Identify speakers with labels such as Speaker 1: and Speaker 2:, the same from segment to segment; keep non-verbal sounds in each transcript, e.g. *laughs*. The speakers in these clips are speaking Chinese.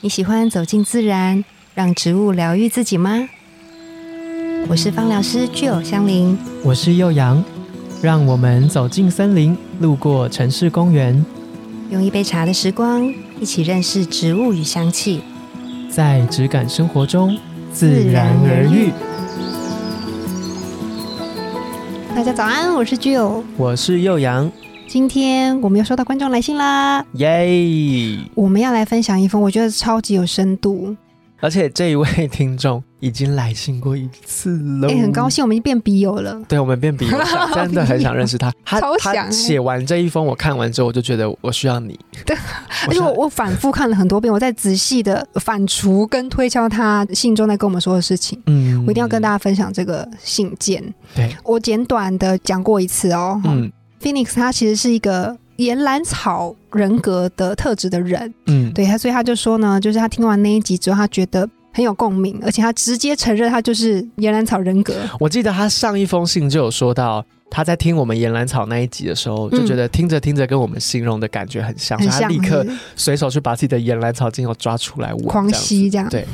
Speaker 1: 你喜欢走进自然，让植物疗愈自己吗？我是芳疗师具有香林，
Speaker 2: 我是幼阳，让我们走进森林，路过城市公园，
Speaker 1: 用一杯茶的时光，一起认识植物与香气。
Speaker 2: 在质感生活中自然而愈。
Speaker 1: 大家早安，我是具有。
Speaker 2: 我是幼阳，
Speaker 1: 今天我们又收到观众来信啦，
Speaker 2: 耶！
Speaker 1: 我们要来分享一封我觉得超级有深度，
Speaker 2: 而且这一位听众已经来信过一次了，
Speaker 1: 哎、很高。兴我们已经变笔友了。
Speaker 2: 对我们变笔友了，真的很想认
Speaker 1: *laughs*
Speaker 2: 识他。他
Speaker 1: 超想欸
Speaker 2: 他写完这一封，我看完之后，我就觉得我需要你。
Speaker 1: *laughs* 对，而
Speaker 2: 我需
Speaker 1: 且
Speaker 2: 要
Speaker 1: 我我反复看了很多遍，我在仔细的反刍跟推敲他信中在跟我们说的事情。
Speaker 2: 嗯
Speaker 1: 我一定要跟大家分享这个信件。
Speaker 2: 对，
Speaker 1: 我简短的讲过一次哦。嗯
Speaker 2: 嗯
Speaker 1: ，Phoenix 他其实是一个岩兰草人格的特质的人，
Speaker 2: 嗯，
Speaker 1: 对他，所以他就说呢，就是他听完那一集之后，他觉得很有共鸣，而且他直接承认他就是岩兰草人格。
Speaker 2: 我记得他上一封信就有说到，他在听我们岩兰草那一集的时候，就觉得听着听着跟我们形容的感觉很像，
Speaker 1: 嗯很
Speaker 2: 所以他
Speaker 1: 像
Speaker 2: 立刻
Speaker 1: 是
Speaker 2: 随手去把自己的岩兰草精油抓出来闻，
Speaker 1: 狂
Speaker 2: 这样子
Speaker 1: 吸这样。 *laughs*
Speaker 2: 对，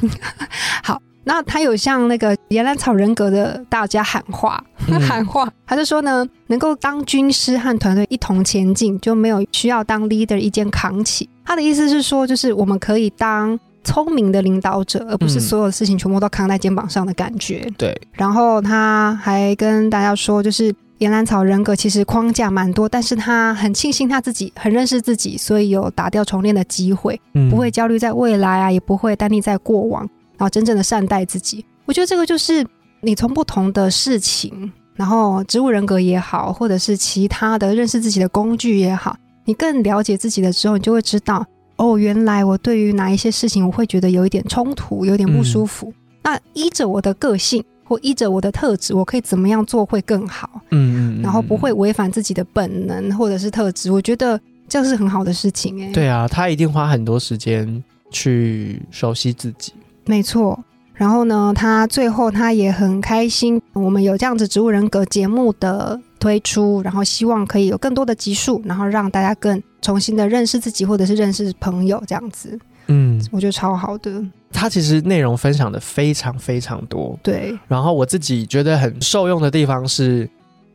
Speaker 1: 好，那他有向那个岩兰草人格的大家喊话，
Speaker 2: 嗯
Speaker 1: 喊话，他就说呢，能够当军师和团队一同前进，就没有需要当 leader 一肩扛起。他的意思是说，就是我们可以当。聪明的领导者，而不是
Speaker 2: 嗯
Speaker 1: 所有事情全部都扛在肩膀上的感觉。
Speaker 2: 对，
Speaker 1: 然后他还跟大家说，就是岩兰草人格其实框架蛮多，但是他很庆幸他自己很认识自己，所以有打掉重练的机会。
Speaker 2: 嗯
Speaker 1: 不会焦虑在未来啊，也不会单立在过往，然后真正的善待自己。我觉得这个就是你从不同的事情，然后植物人格也好，或者是其他的认识自己的工具也好，你更了解自己了之后，你就会知道，哦，原来我对于哪一些事情我会觉得有一点冲突，有点不舒服。
Speaker 2: 嗯
Speaker 1: 那依着我的个性或依着我的特质，我可以怎么样做会更好，
Speaker 2: 嗯，嗯嗯，
Speaker 1: 然后不会
Speaker 2: 嗯。
Speaker 1: 违反自己的本能或者是特质。我觉得这是很好的事情、欸，哎，
Speaker 2: 对啊，他一定花很多时间去熟悉自己。
Speaker 1: 没错。然后呢，他最后他也很开心，我们有这样子植物人格节目的推出，然后希望可以有更多的集数，然后让大家更重新的认识自己，或者是认识朋友这样子，
Speaker 2: 嗯，
Speaker 1: 我觉得超好的。
Speaker 2: 他其实内容分享的非常非常多，
Speaker 1: 对，
Speaker 2: 然后我自己觉得很受用的地方是，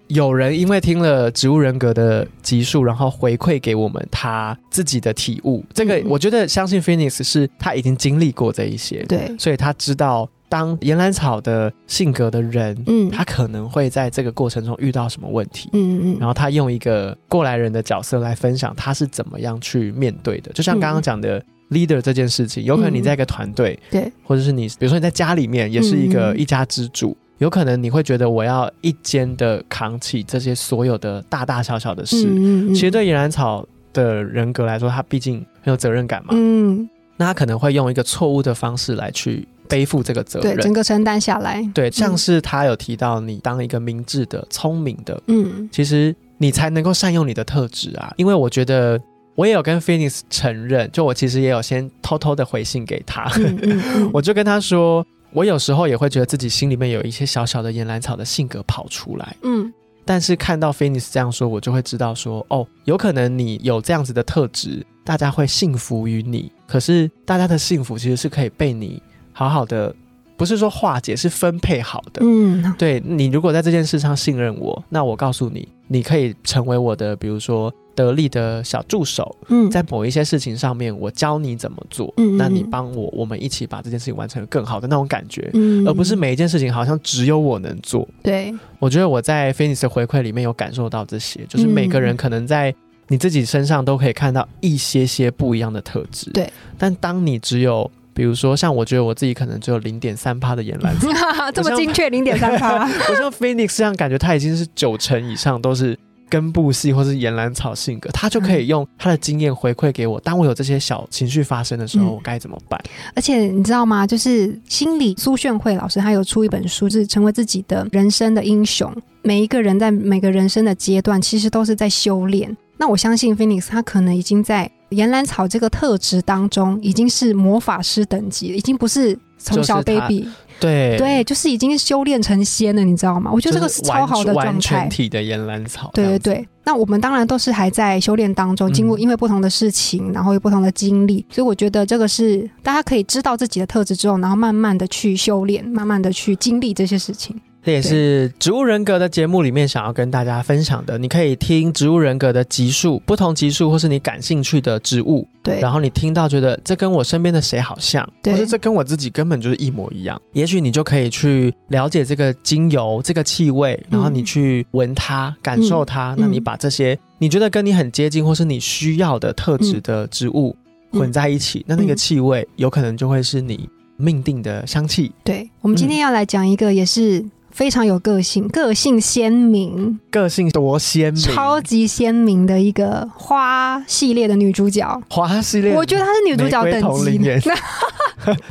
Speaker 2: 有人因为听了植物人格的集数，然后回馈给我们他自己的体悟。这个
Speaker 1: 嗯
Speaker 2: 我觉得，相信 Phoenix 是他已经经历过这一些，
Speaker 1: 对，
Speaker 2: 所以他知道当岩兰草的性格的人，
Speaker 1: 嗯
Speaker 2: 他可能会在这个过程中遇到什么问题。
Speaker 1: 嗯嗯
Speaker 2: 然后他用一个过来人的角色来分享他是怎么样去面对的，就像刚
Speaker 1: 嗯
Speaker 2: 刚讲的 leader 这件事情，有可能你在一个团队，
Speaker 1: 对，
Speaker 2: 或者是你比如说你在家里面也是一个
Speaker 1: 嗯
Speaker 2: 一家之主，有可能你会觉得我要一肩的扛起这些所有的大大小小的事。
Speaker 1: 嗯嗯
Speaker 2: 其实对野兰草的人格来说，他毕竟很有责任感嘛，
Speaker 1: 嗯，
Speaker 2: 那他可能会用一个错误的方式来去背负这个责
Speaker 1: 对，嗯整
Speaker 2: 任。
Speaker 1: 个承担下来，
Speaker 2: 对，像是他有提到，你当一个明智的、聪明的
Speaker 1: 嗯
Speaker 2: 其实你才能够善用你的特质啊。因为我觉得我也有跟 Phoenix 承认，就我其实也有先偷偷的回信给他， *laughs*
Speaker 1: 嗯嗯嗯，
Speaker 2: 我就跟他说，我有时候也会觉得自己心里面有一些小小的岩兰草的性格跑出来，
Speaker 1: 嗯
Speaker 2: 但是看到 Phoenix 这样说，我就会知道说，哦，有可能你有这样子的特质，大家会信服于你，可是大家的幸福其实是可以被你好好的。不是说化解，是分配好的。
Speaker 1: 嗯
Speaker 2: 对你如果在这件事上信任我，那我告诉你，你可以成为我的，比如说得力的小助手，
Speaker 1: 嗯，
Speaker 2: 在某一些事情上面，我教你怎么做，
Speaker 1: 嗯嗯嗯
Speaker 2: 那你帮我，我们一起把这件事情完成得更好的那种感觉，
Speaker 1: 嗯
Speaker 2: 而不是每一件事情好像只有我能做。
Speaker 1: 对，
Speaker 2: 我觉得我在 Phoenix 的回馈里面有感受到这些，就是每个人可能在你自己身上都可以看到一些些不一样的特质。
Speaker 1: 对，
Speaker 2: 但当你只有比如说，像我觉得我自己可能只有零点三趴
Speaker 1: *laughs*
Speaker 2: 的眼蓝色，
Speaker 1: 这么精确零点三八，
Speaker 2: *laughs* 我像 Phoenix 这样，感觉他已经是九成以上都是根部系或是岩兰草性格，他就可
Speaker 1: 嗯
Speaker 2: 以用他的经验回馈给我。当我有这些小情绪发生的时候，
Speaker 1: 嗯
Speaker 2: 我该怎么办？
Speaker 1: 而且你知道吗？就是心理苏炫慧老师，他有出一本书，是成为自己的人生的英雄。每一个人在每个人生的阶段，其实都是在修炼。那我相信 Phoenix 他可能已经在岩兰草这个特质当中，已经是魔法师等级了，已经不是从小
Speaker 2: 就是他
Speaker 1: baby，
Speaker 2: 对
Speaker 1: 对，就是已经修炼成仙了，你知道吗？我觉
Speaker 2: 就
Speaker 1: 得
Speaker 2: 是
Speaker 1: 这个超好的
Speaker 2: 完
Speaker 1: 状
Speaker 2: 全
Speaker 1: 态
Speaker 2: 完全。体的岩兰草。
Speaker 1: 对对
Speaker 2: 这样子，
Speaker 1: 对，那我们当然都是还在修炼当中，经过
Speaker 2: 嗯
Speaker 1: 因为不同的事情，然后有不同的经历，所以我觉得这个是大家可以知道自己的特质之后，然后慢慢的去修炼，慢慢的去经历这些事情。
Speaker 2: 这也是植物人格的节目里面想要跟大家分享的。你可以听植物人格的集数，不同集数或是你感兴趣的植物，
Speaker 1: 对
Speaker 2: 然后你听到觉得这跟我身边的谁好像，
Speaker 1: 对
Speaker 2: 或者这跟我自己根本就是一模一样，也许你就可以去了解这个精油、这个气味，然后你去闻它、感受它。
Speaker 1: 嗯
Speaker 2: 那你把这些你觉得跟你很接近或是你需要的特质的植物
Speaker 1: 嗯
Speaker 2: 混在一起，那那个
Speaker 1: 嗯
Speaker 2: 气味有可能就会是你命定的香气，
Speaker 1: 对，我们今天要来讲一个也是非常有个性、个性鲜明、
Speaker 2: 个性多鲜明。
Speaker 1: 超级鲜明的一个花系列的女主角。
Speaker 2: 花系列，
Speaker 1: 我觉得她是女主角
Speaker 2: 玫瑰
Speaker 1: 等
Speaker 2: 同
Speaker 1: 级
Speaker 2: 龄人。
Speaker 1: 那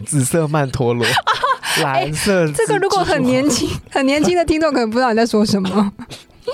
Speaker 2: 紫色曼陀
Speaker 1: *laughs*
Speaker 2: 罗，蓝色蜘蛛、
Speaker 1: 哎这个如果很年
Speaker 2: *laughs*
Speaker 1: 轻、很年轻的听众可能不知道你在说什么。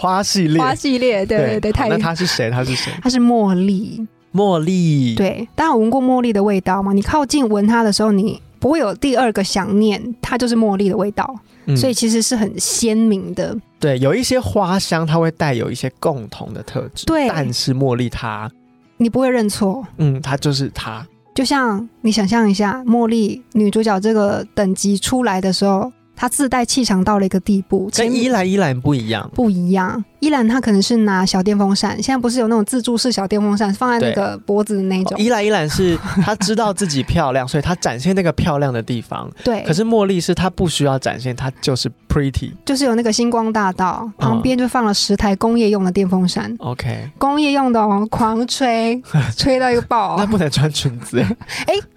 Speaker 2: 花系列，
Speaker 1: 花系列，对对对，
Speaker 2: 好
Speaker 1: 太
Speaker 2: 那他是谁？他是谁？
Speaker 1: 它是茉莉。
Speaker 2: 茉莉，，
Speaker 1: 对，大家有闻过茉莉的味道吗？你靠近闻它的时候，你不会有第二个想念，它就是茉莉的味道，
Speaker 2: 嗯
Speaker 1: 所以其实是很鲜明的。
Speaker 2: 对，有一些花香，它会带有一些共同的特质，
Speaker 1: 对
Speaker 2: 但是茉莉它，
Speaker 1: 你不会认错。
Speaker 2: 嗯，它就是它，
Speaker 1: 就像你想象一下，茉莉女主角这个等级出来的时候，她自带气场到了一个地步，
Speaker 2: 跟依兰依兰不一样，
Speaker 1: 不一样。依兰她可能是拿小电风扇，现在不是有那种自助式小电风扇，放在那个脖子的那种。
Speaker 2: 哦依兰依兰
Speaker 1: *laughs*
Speaker 2: 是她知道自己漂亮，所以她展现那个漂亮的地方。
Speaker 1: 对，
Speaker 2: 可是茉莉是她不需要展现，她就是 pretty。
Speaker 1: 就是有那个星光大道
Speaker 2: 啊
Speaker 1: 旁边就放了十台工业用的电风扇，
Speaker 2: OK，
Speaker 1: 工业用的哦，狂吹，吹到一个 *laughs* 爆、哦
Speaker 2: 那不能穿
Speaker 1: *laughs*
Speaker 2: 裙子，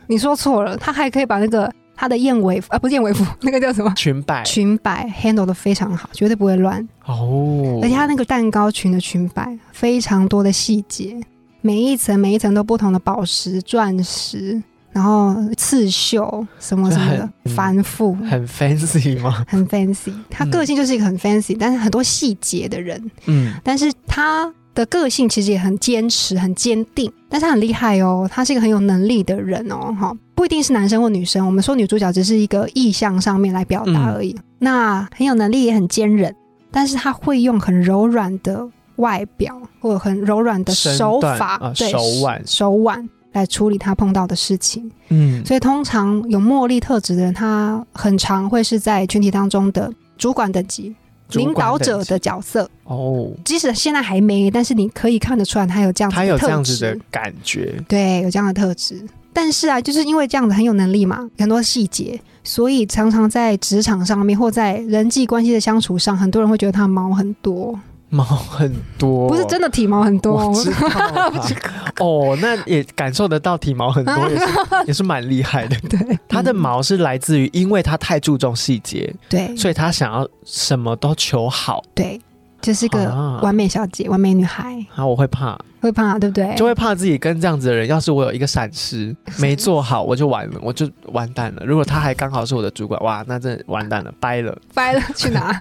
Speaker 1: 你说错了，它还可以把那个它的燕尾服啊，不 *laughs* 是燕尾服，那个叫什么
Speaker 2: 裙摆
Speaker 1: 裙摆 handle 的非常好，绝对不会乱。
Speaker 2: 哦
Speaker 1: 而且它那个蛋糕裙的裙摆非常多的细节，每一层每一层都不同的宝石、钻石，然后刺绣什么什么
Speaker 2: 就很
Speaker 1: 的，
Speaker 2: 嗯
Speaker 1: 繁复。
Speaker 2: 很 fancy
Speaker 1: *laughs*
Speaker 2: 吗？
Speaker 1: 很 fancy，他个性就是一个很 fancy，、但是很多细节的人，
Speaker 2: 嗯，
Speaker 1: 但是他的个性其实也很坚持、很坚定，但是他很厉害哦，他是一个很有能力的人哦，哈，不一定是男生或女生，我们说女主角只是一个意向上面来表
Speaker 2: 嗯
Speaker 1: 达而已。那很有能力，也很坚韧，但是他会用很柔软的外表或者很柔软的
Speaker 2: 身
Speaker 1: 手
Speaker 2: 段
Speaker 1: 法、
Speaker 2: 啊
Speaker 1: 对
Speaker 2: 手腕
Speaker 1: 手腕来处理他碰到的事情。
Speaker 2: 嗯，
Speaker 1: 所以通常有茉莉特质的人，他很常会是在群体当中的主管等级、
Speaker 2: 主
Speaker 1: 领
Speaker 2: 管
Speaker 1: 导
Speaker 2: 等
Speaker 1: 者
Speaker 2: 级
Speaker 1: 的角色。
Speaker 2: 哦，
Speaker 1: 即使现在还没，但是你可以看得出来，他有这样子
Speaker 2: 他
Speaker 1: 的
Speaker 2: 哦有这
Speaker 1: 特
Speaker 2: 样子的
Speaker 1: 质，
Speaker 2: 感觉，
Speaker 1: 对，有这样的特质。但是啊，就是因为这样子很有能力嘛，很多细节，所以常常在职场上面或在人际关系的相处上，很多人会觉得他毛很多，
Speaker 2: 毛很多，
Speaker 1: 不是真的体毛很多
Speaker 2: 我
Speaker 1: 哦，
Speaker 2: 知道啊哦，那也感受得到体毛很多，也是也是蛮厉害的。
Speaker 1: 对，
Speaker 2: 它的
Speaker 1: 嗯
Speaker 2: 毛是来自于，因为它太注重细节，
Speaker 1: 对
Speaker 2: 所以它想要什么都求好。
Speaker 1: 对，就是个
Speaker 2: 啊
Speaker 1: 完美小姐、完美女孩，
Speaker 2: 啊，我会怕，
Speaker 1: 会怕对不对？
Speaker 2: 就会怕自己跟这样子的人，要是我有一个闪失没做好，我就完了，我就完蛋了。如果他还刚好是我的主管，哇，那真完蛋了，掰了。
Speaker 1: *laughs* 掰了去哪？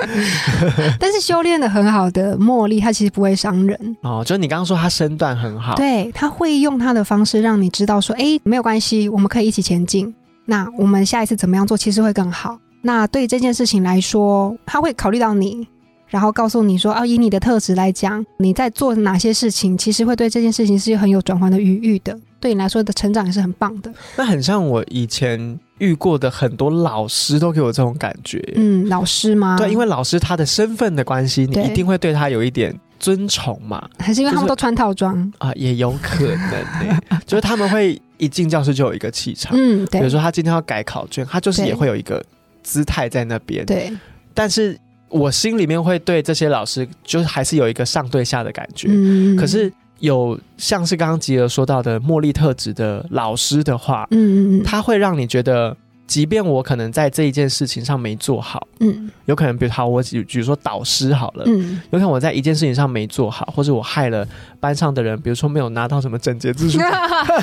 Speaker 1: *laughs* 但是修炼的很好的茉莉，她其实不会伤人，
Speaker 2: 哦，就是你刚刚说他身段很好，
Speaker 1: 对，她会用她的方式让你知道说，哎，没有关系，我们可以一起前进。那我们下一次怎么样做，其实会更好。那对这件事情来说，她会考虑到你，然后告诉你说，哦，以你的特质来讲，你在做哪些事情，其实会对这件事情是很有转换的余裕的。对你来说的成长也是很棒的。
Speaker 2: 那很像我以前遇过的很多老师都给我这种感觉。
Speaker 1: 嗯，老师吗？
Speaker 2: 对，因为老师他的身份的关系，你
Speaker 1: 对
Speaker 2: 一定会对他有一点尊崇嘛，
Speaker 1: 还是因为他
Speaker 2: 就
Speaker 1: 们
Speaker 2: 是
Speaker 1: 都穿套装。
Speaker 2: 啊，也有可能
Speaker 1: *laughs*
Speaker 2: 呢、就是他们会一进教室就有一个气场，
Speaker 1: 嗯，
Speaker 2: 比如
Speaker 1: 对
Speaker 2: 说他今天要改考卷，他就是
Speaker 1: 对
Speaker 2: 也会有一个姿态在那边。
Speaker 1: 对，
Speaker 2: 但是我心里面会对这些老师，就是还是有一个上对下的感觉。
Speaker 1: 嗯
Speaker 2: 可是有像是刚刚吉儿说到的茉莉特质的老师的话，
Speaker 1: 嗯嗯嗯
Speaker 2: 他会让你觉得，即便我可能在这一件事情上没做好，
Speaker 1: 嗯
Speaker 2: 有可能比如好，我举举如说导师好了，
Speaker 1: 嗯，
Speaker 2: 有可能我在一件事情上没做好，或者我害了班上的人，比如说没有拿到什么整
Speaker 1: *laughs*
Speaker 2: 洁之书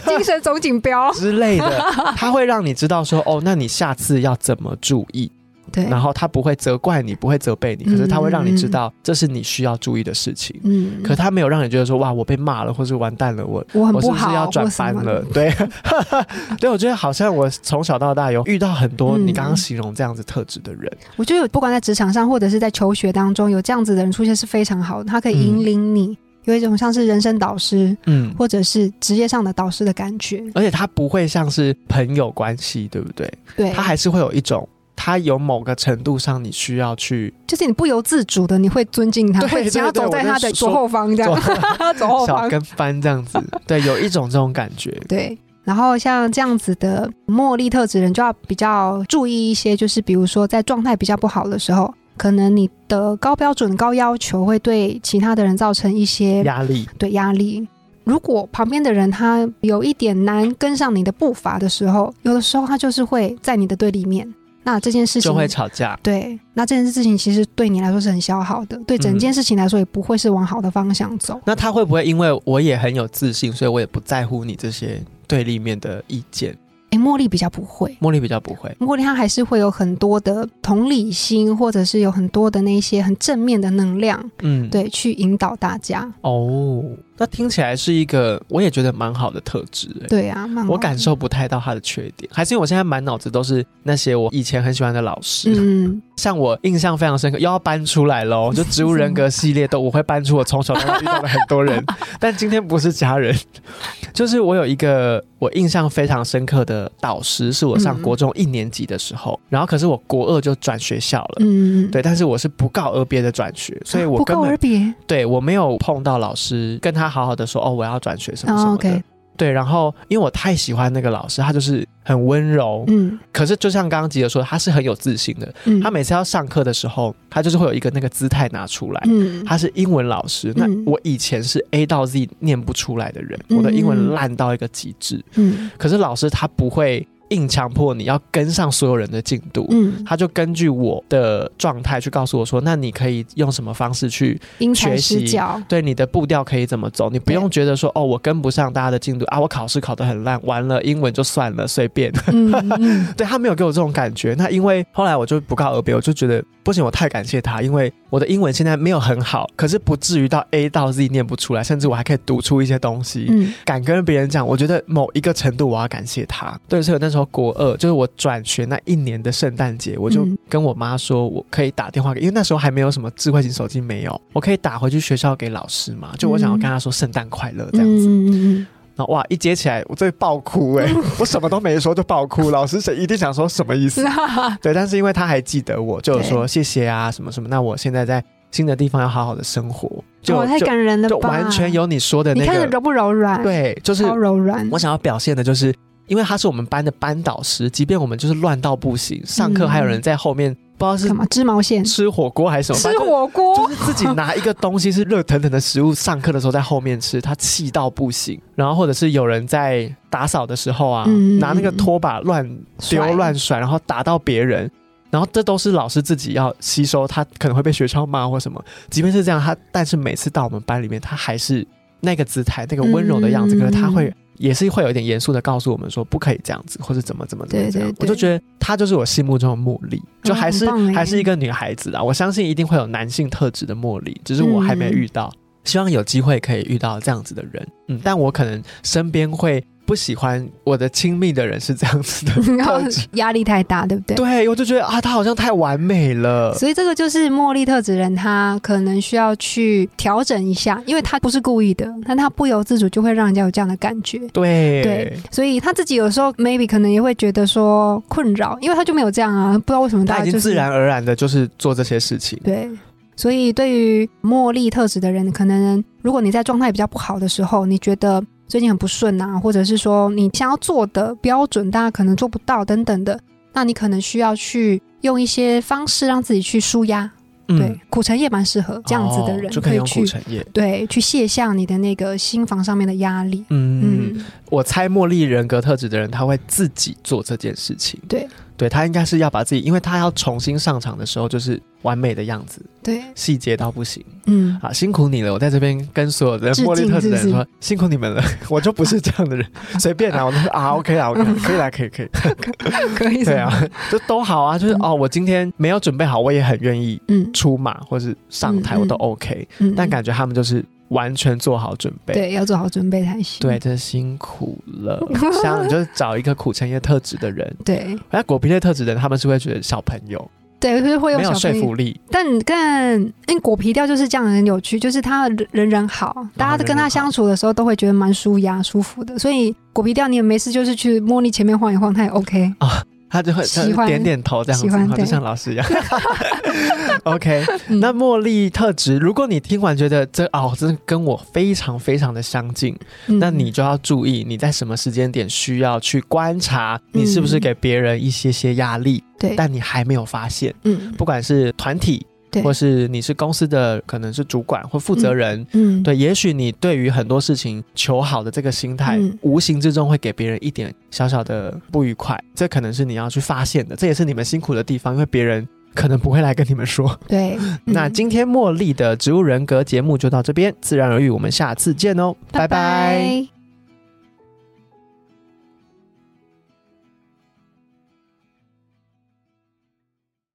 Speaker 1: 精神总锦标
Speaker 2: 之类的，他会让你知道说，哦，那你下次要怎么注意。
Speaker 1: 对，
Speaker 2: 然后他不会责怪你，不会责备你，可是他会让你知道这是你需要注意的事情。
Speaker 1: 嗯，
Speaker 2: 可他没有让你觉得说哇，我被骂了，或是完蛋了，我
Speaker 1: 我很
Speaker 2: 我是
Speaker 1: 不
Speaker 2: 不是
Speaker 1: 好，
Speaker 2: 要转
Speaker 1: 或什
Speaker 2: 班
Speaker 1: 么
Speaker 2: 了？对，对，我 *laughs* 觉得好像我从小到大有遇到很多你刚刚形容这样子特质的人，
Speaker 1: 嗯我觉得有不管在职场上或者是在求学当中，有这样子的人出现是非常好的，他可以引领你，有一种像是人生导师
Speaker 2: 嗯，
Speaker 1: 或者是职业上的导师的感觉。
Speaker 2: 而且他不会像是朋友关系，对不对？
Speaker 1: 对，
Speaker 2: 他还是会有一种。他有某个程度上，你需要去
Speaker 1: 就是你不由自主的，你会尊敬他，
Speaker 2: 对
Speaker 1: 会
Speaker 2: 对
Speaker 1: 想要
Speaker 2: 对
Speaker 1: 走在
Speaker 2: 我就
Speaker 1: 他的
Speaker 2: 是
Speaker 1: 左
Speaker 2: 说
Speaker 1: 后方这
Speaker 2: 做
Speaker 1: 样， *laughs* 左后
Speaker 2: *laughs* 小
Speaker 1: 方。
Speaker 2: 跟班这
Speaker 1: *laughs*
Speaker 2: 样子，对，有一种这种感觉，
Speaker 1: 对，然后像这样子的茉莉特质人，就要比较注意一些，就是比如说在状态比较不好的时候，可能你的高标准、高要求会对其他的人造成一些
Speaker 2: 压力，
Speaker 1: 对压力。如果旁边的人他有一点难跟上你的步伐的时候，有的时候他就是会在你的对立面。那这件事情
Speaker 2: 就会吵架。
Speaker 1: 对，那这件事情其实对你来说是很消耗的，对整
Speaker 2: 嗯
Speaker 1: 件事情来说也不会是往好的方向走。
Speaker 2: 那他会不会因为我也很有自信，所以我也不在乎你这些对立面的意见？
Speaker 1: 诶，茉莉比较不会，
Speaker 2: 茉莉比较不会，
Speaker 1: 茉莉她还是会有很多的同理心，或者是有很多的那些很正面的能量，
Speaker 2: 嗯，
Speaker 1: 对，去引导大家。
Speaker 2: 哦，那听起来是一个我也觉得蛮好的特质、欸，
Speaker 1: 对啊，蛮好
Speaker 2: 我感受不太到他的缺点，还是因为我现在满脑子都是那些我以前很喜欢的老师，
Speaker 1: 嗯，
Speaker 2: 像我印象非常深刻，又要搬出来
Speaker 1: *laughs*
Speaker 2: 喽，就植物人格系列都我会搬出我从小到大遇到的很
Speaker 1: *laughs*
Speaker 2: 多人，但今天不是家人，就是我有一个我印象非常深刻的导师，是我上
Speaker 1: 嗯
Speaker 2: 国中一年级的时候，然后可是我国二就转学校了。
Speaker 1: 嗯，
Speaker 2: 对，但是我是不告而别的转学，所以我
Speaker 1: 不
Speaker 2: 根
Speaker 1: 告
Speaker 2: 本
Speaker 1: 而别。
Speaker 2: 对我没有碰到老师跟他好好的说哦，我要转学什么什
Speaker 1: 哦
Speaker 2: 么的。
Speaker 1: ，OK，
Speaker 2: 对，然后因为我太喜欢那个老师，他就是很温柔，
Speaker 1: 嗯
Speaker 2: 可是就像刚刚吉姐说，他是很有自信的。
Speaker 1: 嗯，
Speaker 2: 他每次要上课的时候，他就是会有一个那个姿态拿出来。
Speaker 1: 嗯
Speaker 2: 他是英文老师，那
Speaker 1: 嗯
Speaker 2: 我以前是 A 到 Z 念不出来的人，
Speaker 1: 嗯
Speaker 2: 我的英文烂到一个极致。
Speaker 1: 嗯
Speaker 2: 可是老师他不会硬强迫你要跟上所有人的进度。
Speaker 1: 嗯，
Speaker 2: 他就根据我的状态去告诉我说，那你可以用什么方式去
Speaker 1: 因材
Speaker 2: 学
Speaker 1: 施
Speaker 2: 习
Speaker 1: 教。
Speaker 2: 对你的步调可以怎么走，你不
Speaker 1: 对
Speaker 2: 用觉得说哦，我跟不上大家的进度啊，我考试考得很烂，完了英文就算了，随便。
Speaker 1: 嗯嗯
Speaker 2: 对他没有给我这种感觉，那因为后来我就不告而别，我就觉得不行，我太感谢他，因为我的英文现在没有很好，可是不至于到 A 到 Z 念不出来，甚至我还可以读出一些东西。
Speaker 1: 嗯
Speaker 2: 敢跟别人讲，我觉得某一个程度我要感谢他。对，所以我那时候国二，就是我转学那一年的圣诞节，我就
Speaker 1: 嗯
Speaker 2: 跟我妈说，我可以打电话给，因为那时候还没有什么智慧型手机，没有，我可以打回去学校给老师嘛。就我想要跟他说圣诞快乐这样子。
Speaker 1: 嗯嗯
Speaker 2: 然后哇，一接起来我这爆哭哎、我什么都没说就爆哭，老师谁一定想说什么意
Speaker 1: 嗯，？
Speaker 2: 思
Speaker 1: 那
Speaker 2: 对，但是因为他还记得我，就有说谢谢啊什么什么。那我现在在新的地方要好好的生活，就、
Speaker 1: 哇，哦太
Speaker 2: 就
Speaker 1: 感人了吧！
Speaker 2: 就完全有你说的
Speaker 1: 你
Speaker 2: 那
Speaker 1: 看着
Speaker 2: 个，
Speaker 1: 柔不柔软？，
Speaker 2: 对，就是
Speaker 1: 超柔软。
Speaker 2: 我想要表现的就是，因为他是我们班的班导师，即便我们就是乱到不行，上
Speaker 1: 嗯
Speaker 2: 课还有人在后面、不知道
Speaker 1: 干
Speaker 2: 是
Speaker 1: 嘛？织毛线，吃
Speaker 2: 吃火锅还是什么，反正
Speaker 1: 火
Speaker 2: 就
Speaker 1: 锅。
Speaker 2: 就是自己拿一个东西是热腾腾的食物，上课的时候在后面吃，他气到不行。然后或者是有人在打扫的时候啊，
Speaker 1: 嗯
Speaker 2: 拿那个拖把乱
Speaker 1: 甩
Speaker 2: 丢乱甩，然后打到别人。然后这都是老师自己要吸收，他可能会被学校骂或什么。即便是这样，他但是每次到我们班里面，他还是那个姿态、那个温柔的样子。
Speaker 1: 嗯
Speaker 2: 可是他会也是会有一点严肃的告诉我们说，不可以这样子，或者怎么怎么怎么
Speaker 1: 对
Speaker 2: 这样
Speaker 1: 对。
Speaker 2: 我就
Speaker 1: 对
Speaker 2: 觉得他就是我心目中的茉莉，就
Speaker 1: 哦
Speaker 2: 还是、
Speaker 1: 很棒欸
Speaker 2: 还是一个女孩子啊啦。我相信一定会有男性特质的茉莉，只是我还
Speaker 1: 嗯
Speaker 2: 没遇到。希望有机会可以遇到这样子的人，嗯，但我可能身边会不喜欢我的亲密的人是这样子的
Speaker 1: 然后
Speaker 2: 特质。
Speaker 1: 压力太大，对 *laughs* 不对？
Speaker 2: 对，我就觉得啊，他好像太完美了。
Speaker 1: 所以这个就是茉莉特质人，他可能需要去调整一下，因为他不是故意的，但他不由自主就会让人家有这样的感觉。
Speaker 2: 对
Speaker 1: 对，所以他自己有时候 maybe 可能也会觉得说困扰，因为他就没有这样啊，不知道为什么大
Speaker 2: 他
Speaker 1: 家
Speaker 2: 已
Speaker 1: 就
Speaker 2: 经
Speaker 1: 是
Speaker 2: 自然而然的就是做这些事情。
Speaker 1: 对。所以对于茉莉特质的人，可能如果你在状态比较不好的时候，你觉得嗯最近很不顺啊，或者是说你想要做的标准大家可能做不到等等的，那你可能需要去用一些方式让自己去舒压。
Speaker 2: 嗯
Speaker 1: 对，苦橙叶蛮适合这样子的人，
Speaker 2: 哦就可
Speaker 1: 可
Speaker 2: 以
Speaker 1: 以
Speaker 2: 用苦
Speaker 1: 去
Speaker 2: 橙叶。
Speaker 1: 对去卸下你的那个心房上面的压力。
Speaker 2: 嗯，
Speaker 1: 嗯，
Speaker 2: 我猜茉莉人格特质的人，他会自己做这件事情。
Speaker 1: 对
Speaker 2: 对他应该是要把自己，因为他要重新上场的时候就是完美的样子，
Speaker 1: 对，
Speaker 2: 细节到不行。
Speaker 1: 嗯，
Speaker 2: 啊，辛苦你了！我在这边跟所有的
Speaker 1: 致敬
Speaker 2: 茉莉特质的人
Speaker 1: 致
Speaker 2: 说，辛苦你们了。 *laughs* 我就不是这样的
Speaker 1: *laughs*
Speaker 2: 人，随便啊，我都说啊，OK 啦，OK，啦可以
Speaker 1: 嗯
Speaker 2: 啦，可以，可以。
Speaker 1: 可以，
Speaker 2: 对
Speaker 1: *laughs*
Speaker 2: 啊，就都好啊，就是
Speaker 1: 嗯
Speaker 2: 哦，我今天没有准备好，我也很愿意
Speaker 1: 嗯，
Speaker 2: 出马或是上台，
Speaker 1: 嗯嗯
Speaker 2: 我都 OK。
Speaker 1: 嗯，
Speaker 2: 但
Speaker 1: 嗯
Speaker 2: 感觉他们就是完全做好准备。
Speaker 1: 对要做好准备才行，
Speaker 2: 对，真辛苦
Speaker 1: *laughs*
Speaker 2: 了。像你就是找一个苦橙叶特质的人，
Speaker 1: 对
Speaker 2: 那果皮类特质的人，他们是会觉得小朋友
Speaker 1: 对，就是会用
Speaker 2: 没有
Speaker 1: 小
Speaker 2: 说
Speaker 1: 朋友
Speaker 2: 服力，
Speaker 1: 但但但果皮调就是这样很有趣，就是他人人人好，大家
Speaker 2: 人
Speaker 1: 跟
Speaker 2: 人
Speaker 1: 他
Speaker 2: 好
Speaker 1: 相处的时候都会觉得蛮舒压舒服的，所以果皮调你也没事就是去摸你前面晃一晃，他也 OK。
Speaker 2: 他就会
Speaker 1: 喜
Speaker 2: 他就
Speaker 1: 欢
Speaker 2: 点点头这样子，
Speaker 1: 喜欢
Speaker 2: 然后就
Speaker 1: 对
Speaker 2: 像老师一样。OK，
Speaker 1: 嗯
Speaker 2: 那茉莉特质，如果你听完觉得这哦，这跟我非常非常的相近，
Speaker 1: 嗯
Speaker 2: 那你就要注意你在什么时间点需要去观察，你是不是给别人一些些压力，
Speaker 1: 对，
Speaker 2: 但你还没有发现，
Speaker 1: 嗯
Speaker 2: 不管是团体，
Speaker 1: 对
Speaker 2: 或是你是公司的可能是主管或负责人。
Speaker 1: 嗯
Speaker 2: 对，也许你对于很多事情求好的这个心态，
Speaker 1: 嗯
Speaker 2: 无形之中会给别人一点小小的不愉快，这可能是你要去发现的，这也是你们辛苦的地方，因为别人可能不会来跟你们说。
Speaker 1: 对，
Speaker 2: 那
Speaker 1: 嗯
Speaker 2: 今天茉莉的植物人格节目就到这边，自然而愈，我们下次见哦，拜拜
Speaker 1: 拜